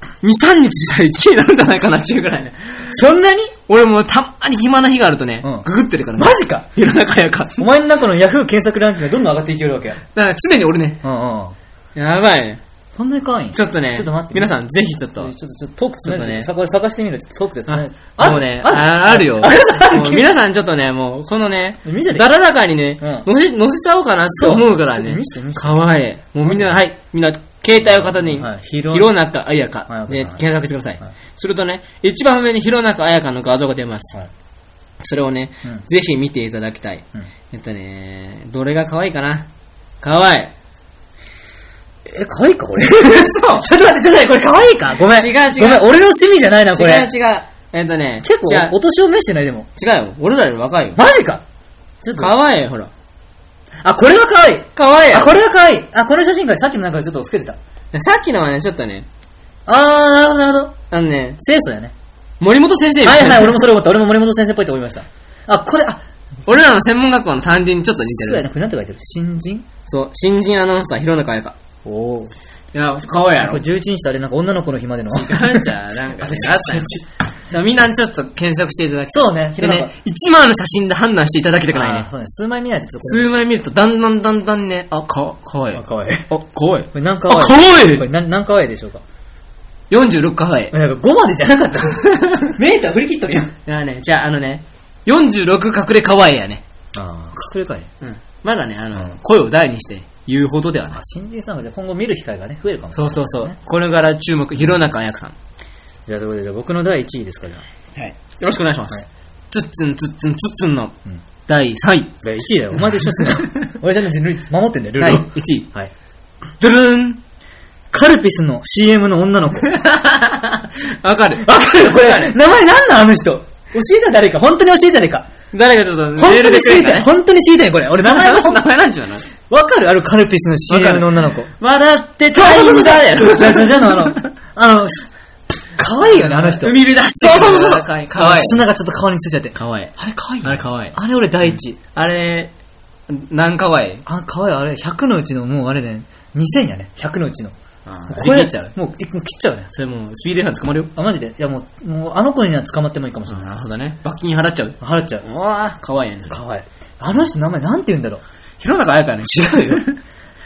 B: 2、3日したら1位なんじゃないかなっていうぐらいね。
A: そんなに
B: 俺もうたまに暇な日があるとね、
A: うん
B: ググってるからね。
A: マジ か
B: 世の中やか。だか
A: お前の中のヤフー検索ランキングがどんどん上がっていけるわけや。
B: ら常に俺ね、
A: うんうん。
B: やばいね。
A: そんなに可愛いん
B: ちょっとね、
A: ちょっと待って
B: 皆さんぜひちょっと。
A: ちょっと、ちょっとトークつないで
B: ちょっとね
A: さこれ探してみるちょっとトークでつないで
B: あ、もうね、ああるよ。も
A: あるある
B: う皆さんちょっとね、もう、このね、
A: 見せて
B: だららかにね、
A: う
B: 載せ、載せちゃおうかなって思うから
A: そう
B: ね
A: 見せて見。せて
B: かわいい。もうみんな、はい、みんな、携帯を片手に、
A: はい広
B: 広中彩
A: は
B: 香
A: い
B: で
A: はい
B: 検索してください
A: はい。
B: するとね、一番上に広中彩香の画像が出ます
A: はい。
B: それをね
A: うん、
B: ぜひ見ていただきたい。
A: うん
B: えっとね、どれが可愛いかな可愛い。
A: え、可愛いかこれ。
B: そう
A: ちょっと待って、ちょっと待って、これ可愛いかごめん。
B: 違う違う
A: ごめん、俺の趣味じゃないな、こ
B: 違う
A: れ。
B: 違う。えっとね、
A: 結
B: じゃあ
A: 構、お年を召してない、でも。
B: 違うよ。俺らより若いよ。
A: マジかちょっと、
B: 可愛いよ、ほら。
A: あ、これが可愛い。
B: 可愛いよ
A: あ、これが可愛い。あ、この写真からさっきのなんかちょっとつけてた。
B: さっきのはね、ちょっとね、
A: あー、なるほど、なるほど。
B: あのね、
A: 清楚やね。
B: 森本先生み
A: は
B: たい
A: い
B: な
A: はい、俺もそれ思った。俺も森本先生っぽいと思いました。あ、これ、あ、
B: 俺らの専門学校の単純にちょっと似
A: そう
B: て
A: やね。
B: る。
A: これなんて書いてる新人
B: そう、新人アナウンサー、広中彩香。
A: おー。
B: いや、かわいいや
A: こ
B: ろ
A: れ。11日とあれ、なんか女の子の日までの。
B: なんじゃ、なんかね、あったよじゃあみんなちょっと検索していただき
A: そうね、
B: で
A: 広
B: ね
A: 中。、
B: 1枚の写真で判断していただきたくない
A: あー
B: ね。
A: そうね、数枚見ないとちょっとこれ
B: 数枚見ると、だんだんだんだんね、あ、か、かわいい。
A: あ
B: あ、
A: 可愛い。
B: かわいい。
A: これ何
B: あ、
A: 可
B: か
A: 愛い
B: わいい
A: これ何何可愛いでしょうか
B: !46 かわいい。
A: なんか5までじゃなか った。メーター振り切っとるやん。
B: じゃあね、じゃああのね、46隠れかわいいやね。
A: ああ、隠れかい。
B: うん。まだね、あの、
A: うん
B: 声を大にして言うほどではない
A: あ、。新人さんがじゃあ今後見る機会がね、増えるかもしれ
B: そう
A: ない、
B: そうそう。。これから注目、弘中彩香さん。
A: じゃあということで、じゃあ僕の第1位ですか、じゃあ。
B: はい。よろしくお願いしま
A: はい
B: す。つっつんつっつんつっつんの
A: うん
B: 第3位。
A: 第1位だよ。お前と一緒っす ね。俺ちゃんとルール守ってんだよ、ルー
B: 第
A: ル
B: 1位。
A: を。はい。
B: ドゥルーン
A: カルピスの CM の女の子。わ
B: わかる。
A: かるこれ、名前なんなんあの人。教えた誰か、本当に教えた誰か。
B: 誰がちょっと
A: 本
B: メー
A: 当
B: ル
A: に
B: でく
A: 知
B: れ
A: り
B: た
A: た
B: ね
A: い。。本当に知りたい、これ。俺名前も
B: 名前名前なんちゅうの
A: わかるあのカルピスの CM の女の子。
B: 笑って
A: そう
B: たいんだ
A: そうそうそう
B: よ。
A: じゃあ じゃあじゃあの、あの、あの、可愛いよね、あの人。
B: 海辺出して
A: そうそうそうそう。
B: かわいい。かわいい。
A: 砂がちょっと顔についちゃって。
B: かわいい。
A: あれ可愛いよ
B: あ
A: ね
B: れかわいい。
A: あれ俺第一。
B: あれ、なんかわいい。
A: あ、可愛いあれ100のうちのもうあれね、2000やね。100のうちの。
B: あ
A: も
B: ー、これちゃう。
A: もう一個切っちゃうね。
B: それもう、スピード違反捕まるよ。
A: あ、マジでいやもう、もうあの子には捕まってもいいかもし
B: あ
A: れ
B: ー
A: ない。
B: なるほどね。罰金払っちゃう。
A: 払っちゃう。
B: うわー、かわいいね。
A: 可愛いあの人名前なんて言うんだろう。
B: 弘中彩香ね。違うよ。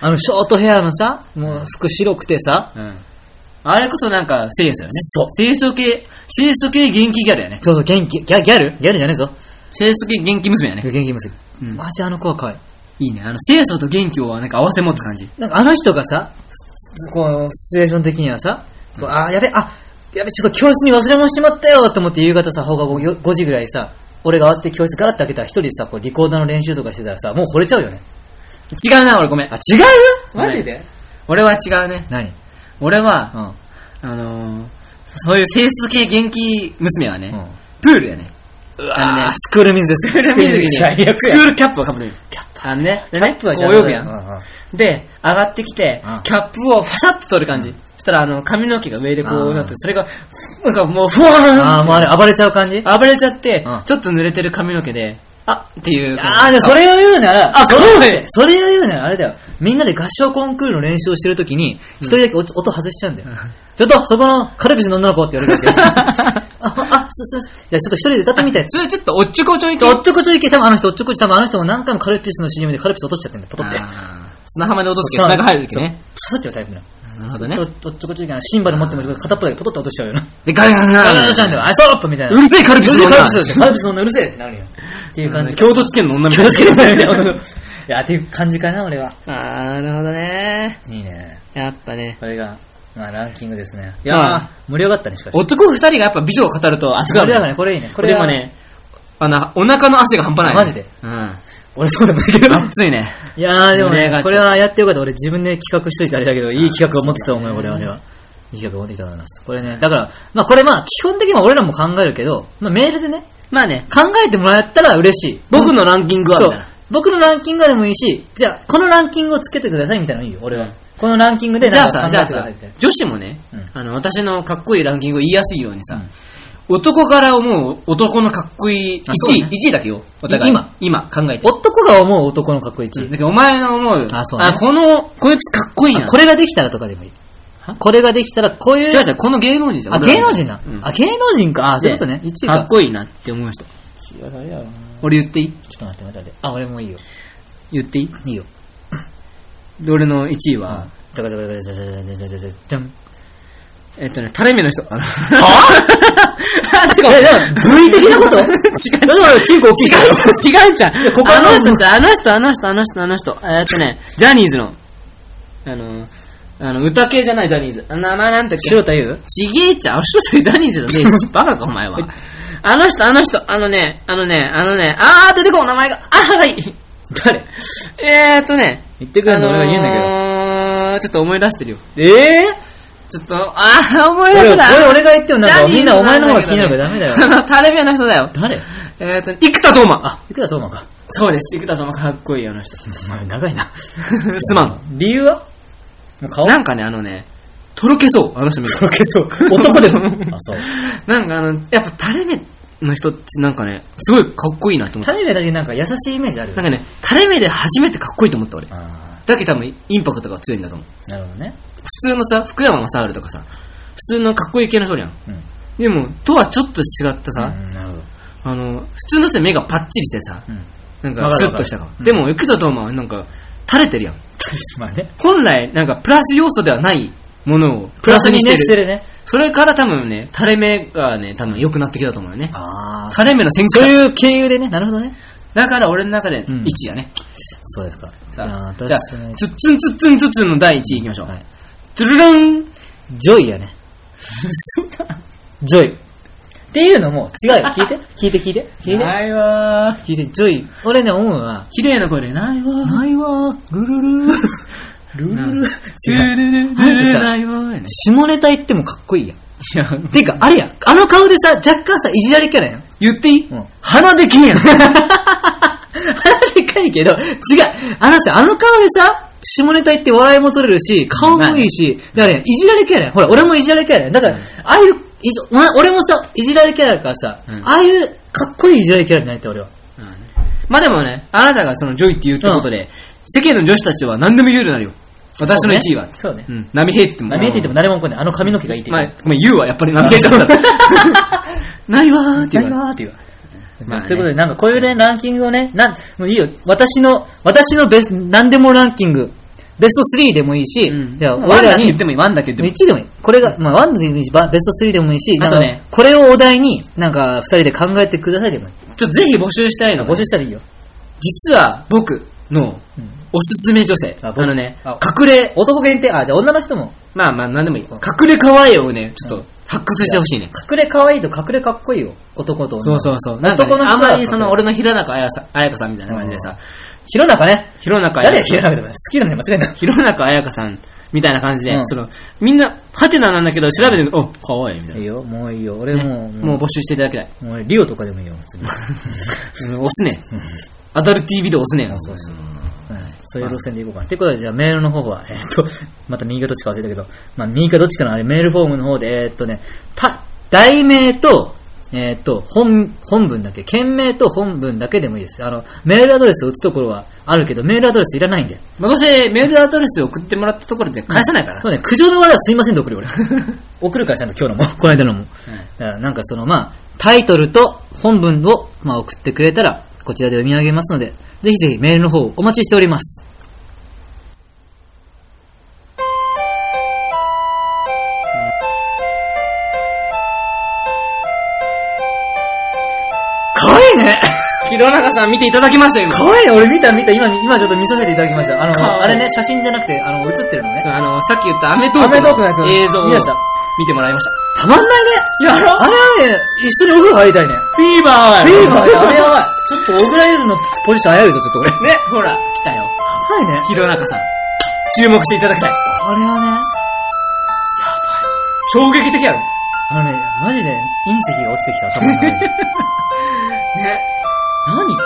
A: あのショートヘアのさ、もう服白くてさ。
B: うん。あれこそなんか、清楚よね。
A: そう
B: 清楚系、清楚系元気ギャルやね。
A: そうそう、元気、ギャギャルギャルじゃねえぞ。
B: 清楚系元気娘やね。
A: 元気結び。
B: うん
A: マジあの子は可愛い。
B: いいね。あの、清楚と元気をなんか合わせ持つ感じ。
A: なんかあの人がさ、すこう、シチュエーション的にはさ、こうあ、やべ、あ、やべ、ちょっと教室に忘れ物しまったよと思って夕方さ、放課後よ5時ぐらいさ、俺が慌てて教室ガラッと開けたら一人でさ、こうリコーダーの練習とかしてたらさ、もう惚れちゃうよね。
B: 違うな、俺ごめん。
A: あ、違う
B: マジで俺は違うね。
A: 何
B: 俺
A: う
B: は、
A: ん。
B: あのー、そういう清楚系元気娘はね、
A: うん
B: プールやね。
A: う
B: あの
A: わ
B: ね
A: ースクール水です。
B: スクール水着に、ス
A: 最悪や。
B: クールキャップをかぶる。キャップ。あのね、でね、
A: キャップは
B: こ
A: じゃあ
B: う泳ぐや。
A: うんんうん
B: で、上がってきて
A: うん、
B: キャップをパサッと取る感じ。そしたら、あの、髪の毛が上でこ
A: あ
B: う
A: ー
B: なって、それが、なんかもう、ふわーん
A: あー、もうあれ暴れちゃう感じ
B: 暴れちゃって
A: うん、
B: ちょっと濡れてる髪の毛で、あっていう。
A: あー、でもそれを言うなら、
B: あ、それ
A: それを言うならあれだよ。みんなで合唱コンクールの練習をしてるときに、一人だけお音外しちゃうんだよ。ちょっと、そこのカルピスの女の子って言われてあ、あ、す、す、じゃあちょっと一人で歌ってみて。
B: それちょっとおっちょこちょい系
A: おっちょこちょいけ、多分あの人、おっちょこちょい、多分あの人も何回もカルピスの CM でカルピス落としちゃってんだよ、ポトって。刺
B: あー砂浜に落とすけど砂が入るけどね。
A: さっちゃうタイプなの。
B: なるほど
A: ちょ
B: ね。
A: っとおっちょこちょいけな、シンバル持っても片っぽだけポトって落としちゃうよな。
B: で、ガヤガヤガ
A: あ、
B: ヤガ
A: ちゃうんだよ、あ、ストップみたいうな。
B: るせえカルピスの
A: うるせえカ
B: 女
A: ルピスカルピスの女うるせえってなるよ。っていう感じ。
B: 京都地検の女み
A: 気
B: たい
A: を
B: な
A: つけてもらえるよいや、っていう感じかな、俺は。
B: あー、なるほどね。
A: いいね。
B: やっぱね。
A: これが、まあ、ランキングですね。いや、
B: やー
A: まあ、盛り上がったね、しかし。
B: 男二人がやっぱ美女を語ると熱くな
A: これだ
B: る
A: からね、。これいいね。
B: こ
A: こ
B: れ
A: れ
B: で
A: は、
B: もね、あの、お腹の汗が半端ないね。
A: マジで
B: うん。
A: 俺そうでもないけど。
B: 熱いね。
A: いやー、でも
B: 盛り上が
A: ね
B: っちゃう、
A: これはやってよかった。俺自分で企画しといてあれだけど、いい企画を持ってきたと思うよ、
B: そう
A: 俺
B: だね
A: は。俺はいい企画を持ってきたと思います。これね、だから、まあこれまあ、基本的には俺らも考えるけど、まあメールでね、
B: まあね、
A: 考えてもらったら嬉しい。
B: 僕のランキングは
A: そ
B: み
A: う
B: たいな。
A: 僕のランキングでもいいし、じゃあ、このランキングをつけてくださいみたいなのいいよ、俺
B: うん
A: は。このランキングで
B: じゃ
A: な
B: あ
A: んか
B: さ、
A: 考
B: じゃ
A: え
B: あ
A: てくださ
B: さ
A: いみたいな。、
B: 女子もね
A: うん、
B: あの、私のかっこいいランキングを言いやすいようにさ
A: うん、
B: 男から思う男のかっこいい、1
A: あそう
B: 位、
A: ね
B: 1位だけよ。お互い。
A: 今。
B: 今、考えて。
A: 男が思う男のかっこいい
B: だけどお前の思う、
A: あそうね
B: この、こいつかっこいいな。
A: あこれができたらとかでもいい
B: は。
A: これができたら、こういう。
B: 違う違う、この芸能人じゃん。
A: あ、芸能人な
B: う。ん
A: あ、芸能人か。あ、そういうことね。
B: で
A: 一位
B: かっ
A: か。
B: こいいなって思う人。
A: いや、誰やろな。
B: 俺言っていい
A: ちょっと待って待って待って。あ、俺もいいよ。
B: 言っていい
A: いいよ。
B: で俺の1位は、
A: じゃかじゃかじゃかじゃかじゃかじゃかじゃかじゃん。
B: えっとね、垂れ目の人。あの
A: てか、部位的なこと違う。だからチンコ大きいから。
B: 違うじゃん。
A: ここ
B: あ
A: は
B: の人じゃん、あの人、あの人、あの人、あの人。えっとね、ジャニーズの、あの、あの、歌系じゃないジャニーズ。あ名前なんだっけ
A: 白田優
B: ちげえちゃん。あ、白鳥ジャニーズじゃねえ し。バカか、お前は。あの人、あの人、あのね、あのね、あのね、あー、出てこん、名前が。あ、はい。
A: 誰
B: えーっとね、
A: 言ってくれんの俺は言うんだけど。
B: あのーちょっと思い出してるよ。
A: ええ
B: ちょっと、あー、思い出
A: これ、こ
B: せない。
A: れ俺が言ってもなんか、
B: ジャニ
A: み
B: ー
A: ん
B: ズ
A: なお
B: だ
A: 前
B: けど
A: の方が気になるからダメだよ。
B: あの、タレビアの人だよ。
A: 誰
B: えーっと、生田斗真。
A: あ、いくだと思うか。
B: そうです。生田斗真かっこいいよ、あ の人。
A: お前長いな。
B: すまん。
A: 理由は顔
B: なんかね、あのね、とろけそう、あの人見ると。
A: とろけそう。男でも。あ、そう。
B: なんかあの、やっぱ垂れ目の人ってなんかね、すごいかっこいいなと思っ
A: タレベだけなんか優しいイメージある
B: た。
A: よ
B: なんかね、垂れ目で初めてかっこいいと思った俺。
A: あ
B: だけど多分インパクトが強いんだと思う。
A: ーなるほどね。
B: 普通のさ、福山雅治とかさ、普通のかっこいい系の人じゃん。
A: うん。
B: でも、とはちょっと違ったさ、
A: うんなるほど。
B: あの、普通の人は目がパッチリしてさ、
A: うん。
B: なん
A: わ
B: か
A: か
B: ス
A: る
B: ッとしたか。
A: わからる
B: でも、生田斗真はなんか、垂れてるやん。
A: まあね。
B: 本来、なんかプラス要素ではないものを
A: プ
B: プラ
A: ラ
B: ス
A: ス
B: に
A: にね、
B: し
A: してて
B: る。
A: るね。
B: それから多分ね、垂れ目がね、多分良くなってきたと思うよね。
A: あ
B: 垂れ目の先
A: そう
B: 駆者。
A: いう経由でね。なるほどね。
B: だから俺の中で
A: うん
B: 1位だね。
A: そうですか。
B: さあ、
A: ー
B: じゃあ、
A: 確かに
B: ツッツンツッツンツッツンの第1位いきましょう。
A: はい
B: トゥルルン
A: ジョイやね。ジョイ。っていうのも、違うよ。聞いて。聞いて聞いて。聞いて。
B: ないわー。
A: 聞いて、ジョイ。俺ね、思うのは、
B: 綺麗な声でないわー。
A: ないわー、ルルル ー。ルルルー。
B: トゥル
A: 違う
B: ルルン
A: だってさ
B: ないわー。い
A: 下ネタ言ってもかっこいいやん。
B: や、
A: てか、あれやん。あの顔でさ、若干さ、いじられキャラやん。
B: 言っていい
A: うん
B: 鼻でき んやん。
A: 腹でかいけど、違う。あのさ、あの顔でさ、下ネタ言って笑いも取れるし、顔もいいし、だからね、いじられキャラやん。ほら、俺もいじられキャラやん。だから、ああいう、いじお前俺もさ、いじられキャラだからさ、
B: うん
A: ああいう、かっこいいいじられキャラになりたい、俺は。
B: まあでもね、あなたがそのジョイって言うってことで、世間の女子たちは何でも言うようになるよ。私の1位は。
A: そうね。
B: うん。波平って言っても。
A: な見えてても誰も来ない。あの髪の毛がいいって
B: ま
A: 言
B: あ
A: う。、
B: ごめん、言うわ、やっぱり波平ちゃんだ。 ないわーって
A: ない
B: 言わ
A: わーって言うわ。
B: まあね
A: ということで、なんかこういうね、ランキングをね、なん、もういいよ。私の、私のベスト、なんでもランキング、ベスト3でもいいし、じゃあ、
B: ワン
A: 俺
B: だ
A: ら
B: け
A: に
B: 言ってもいい、ワンだけ言ってもい
A: 1
B: い。
A: でもいい。これが、まあ、1でもいいし、ばベスト3でもいいし、
B: あ
A: なん
B: と
A: か、
B: ね
A: これをお題に、なんか、2人で考えてくださいでもいい。
B: ちょっとぜひ募集したいのが
A: 募集したらいいよ。
B: 実は僕の
A: うん
B: おすすめ女性。
A: あ
B: あ
A: 僕
B: のね、
A: あ
B: 隠れ、
A: 男限定、あ、じゃあ女の人も、
B: まあまあなんでもいい。
A: うん
B: 隠れ可愛いをね、ちょっ
A: う
B: と発掘してほしいね。
A: 隠れ可愛いと隠れかっこいいよ。男と女。
B: そうそうそう。なんかね
A: 男の人
B: あん
A: は
B: まりその俺の平中綾さ彩香さんみたいな感じで
A: うん
B: さ、
A: 弘中ね。
B: 弘中
A: 誰
B: 綾
A: や、
B: 香
A: 弘中でも好きなのに間違いない。
B: 弘中綾香さんみたいな感じで
A: う、ん
B: その、みんな、ハテナなんだけど調べてみるお、可愛いみ た
A: いい
B: い
A: よ、もういいよ。俺
B: な。ね
A: もう、
B: もう募集していただきたい。
A: もう俺リオとかでもいいよ、普通 に。
B: うん押すね。アダルティービデオ押すね。
A: そうそうはいそういう路線でいこうかな。ということで、じゃあメールの方は、えーっと、 また右かどっちか忘れたけど、まあ右かどっちかのあれ、メールフォームの方で、えーっとね、た、題名と、えーっと、本、本文だけ、件名と本文だけでもいいです。あの、メールアドレスを打つところはあるけど、メールアドレスいらないんで。
B: まあ、どうせメールアドレスで送ってもらったところで返さないから。
A: そうね、苦情の話はすいませんで送るよ、俺。 送るからちゃんと今日のも、 この間のも。
B: はい
A: だからなんかそのまあ、タイトルと本文を、まあ、送ってくれたら、こちらで読み上げますので、ぜひぜひメールの方お待ちしております。かわいいね
B: 弘中さん見ていただきましたよ、今。
A: かわいい俺見た見た今、今ちょっと見させていただきました。あ
B: かわ
A: の、
B: いい
A: あれね、写真じゃなくて、あの、映ってるのね
B: そ。うあの、さっき言ったアメト
A: アメトークのや
B: ー
A: つ
B: クの映像を
A: 見ました
B: 見てもらいました。
A: たまんないね
B: やろ
A: あれはね、一緒にお風呂入りたいね。
B: フィーバ
A: ビーバーやべやばい。ちょっと小倉優のポジション危ういぞ、ちょっとこれ。
B: ね、ほら、来たよ。
A: 高いね。
B: 弘中さん。注目していただきたい。
A: これはね、
B: 衝撃的やろ。
A: あのね、マジで隕石が落ちてきた頭の中に。
B: ね。
A: 何あの子。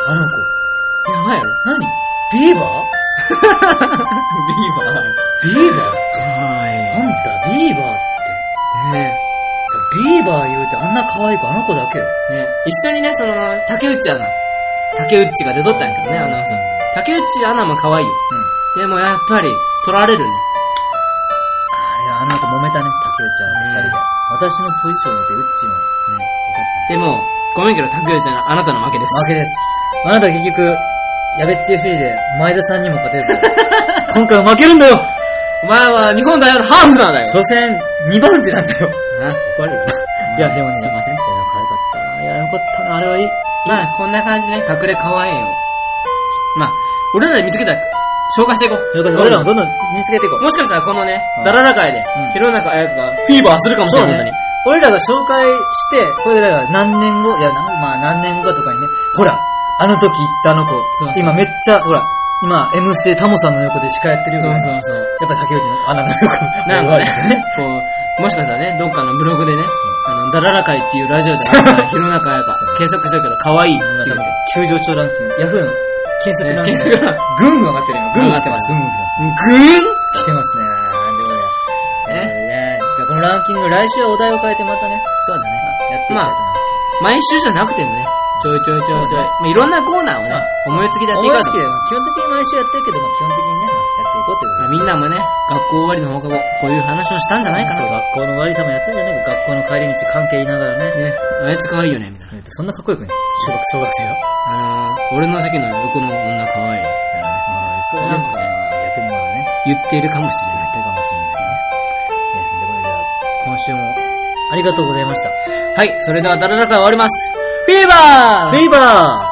B: やばいやろ。
A: 何ビーバ
B: ビーバ
A: ービーバー
B: ー。は
A: なんだ、ビーバーって。
B: い。ね。
A: ビーバー言うてあんな可愛い子あの子だけよ。
B: ね、一緒にね、その、竹内アナ。竹内が出とったんやけどね、アナウンサー。竹内アナも可愛いよ。
A: うん。
B: でもやっぱり、取られるね。
A: あれ、あの後揉めたね、竹内は二人で
B: ね。
A: 私のポジションでウッチも
B: ね
A: 怒った。
B: でも、ごめんけど、竹内アナ、あなたの負けです。
A: 負けです。あなた結局、やべっち FE で前田さんにも勝てず、 今回は負けるんだよ
B: お前は日本代表のハーフなんだよ。
A: 初戦2番手なんだよ
B: な
A: 怒られるいや、でもね、
B: すいません
A: いや可愛かったな。いや、よかったな。あれはいい。
B: まあ、こんな感じね、隠れ可愛いよ。まあ、俺らで見つけたら、紹介していこう。
A: 俺らもどんどん見つけていこう。
B: もしかしたらこのね
A: う、ん
B: ダララ会で
A: うん、
B: 弘中綾香がフィーバーするかもしれない、
A: そう
B: 本
A: ね俺らが紹介して、これだから何年後、いや、なんまあ何年後かとかにね、ほら、あの時言ったあの子
B: そう、そう
A: 今めっちゃ、ほら、今、M ステタモさんの横で司会やってるよ。
B: 当に。
A: やっ
B: そうそうそう。
A: ぱ竹内の穴の横。、
B: なんかねこう、もしかしたらね、どっかのブログでね、あの、ダララ会っていうラジオ で、弘中綾香、検索してるけど、可愛いって
A: なん
B: いう
A: か
B: ので
A: ね。 急上昇ランキング、ヤフーの検索ランキン
B: 検
A: グ
B: 索。が、
A: ぐんぐん上がってるよ。ぐんぐん来てます。ぐ
B: 上
A: んぐん来てます。
B: ぐーん
A: 来てますね。ということで。
B: ね
A: えーねじゃあこのランキング、来週はお題を変えてまたね、
B: そうだね。
A: やっていきたいと思います。
B: 毎週じゃなくてもね、ちょいちょいちょいちょい、まあ、いろんなコーナーをね
A: まあ、
B: 思いつきでやっ
A: 思
B: て
A: い
B: いこ
A: つ
B: うと
A: き。で、まあ基本的に毎週やってるけど、まあ基本的にね、まあやっていこうということで
B: まあみんなもね、学校終わりの放課後、こういう話をしたんじゃないか
A: そう、
B: な。
A: 学校の終わり多分やってんじゃないか。学校の帰り道関係言いながらね。
B: ね、あいつ可愛いよね、みたい
A: え
B: な。
A: っとそんなかっこよくね。小学、小学生よ。
B: あのー、俺の席の横の女可愛いよ。
A: まあ、そういうの
B: なん
A: が
B: か
A: 逆にまあね、
B: 言っているかもしれ
A: やっ
B: ない。
A: てるかもしれないね。ですね。ということで、じゃあ、今週もありがとうございました。
B: はい、それではダラダラ会終わります。フィーバー
A: フィーバー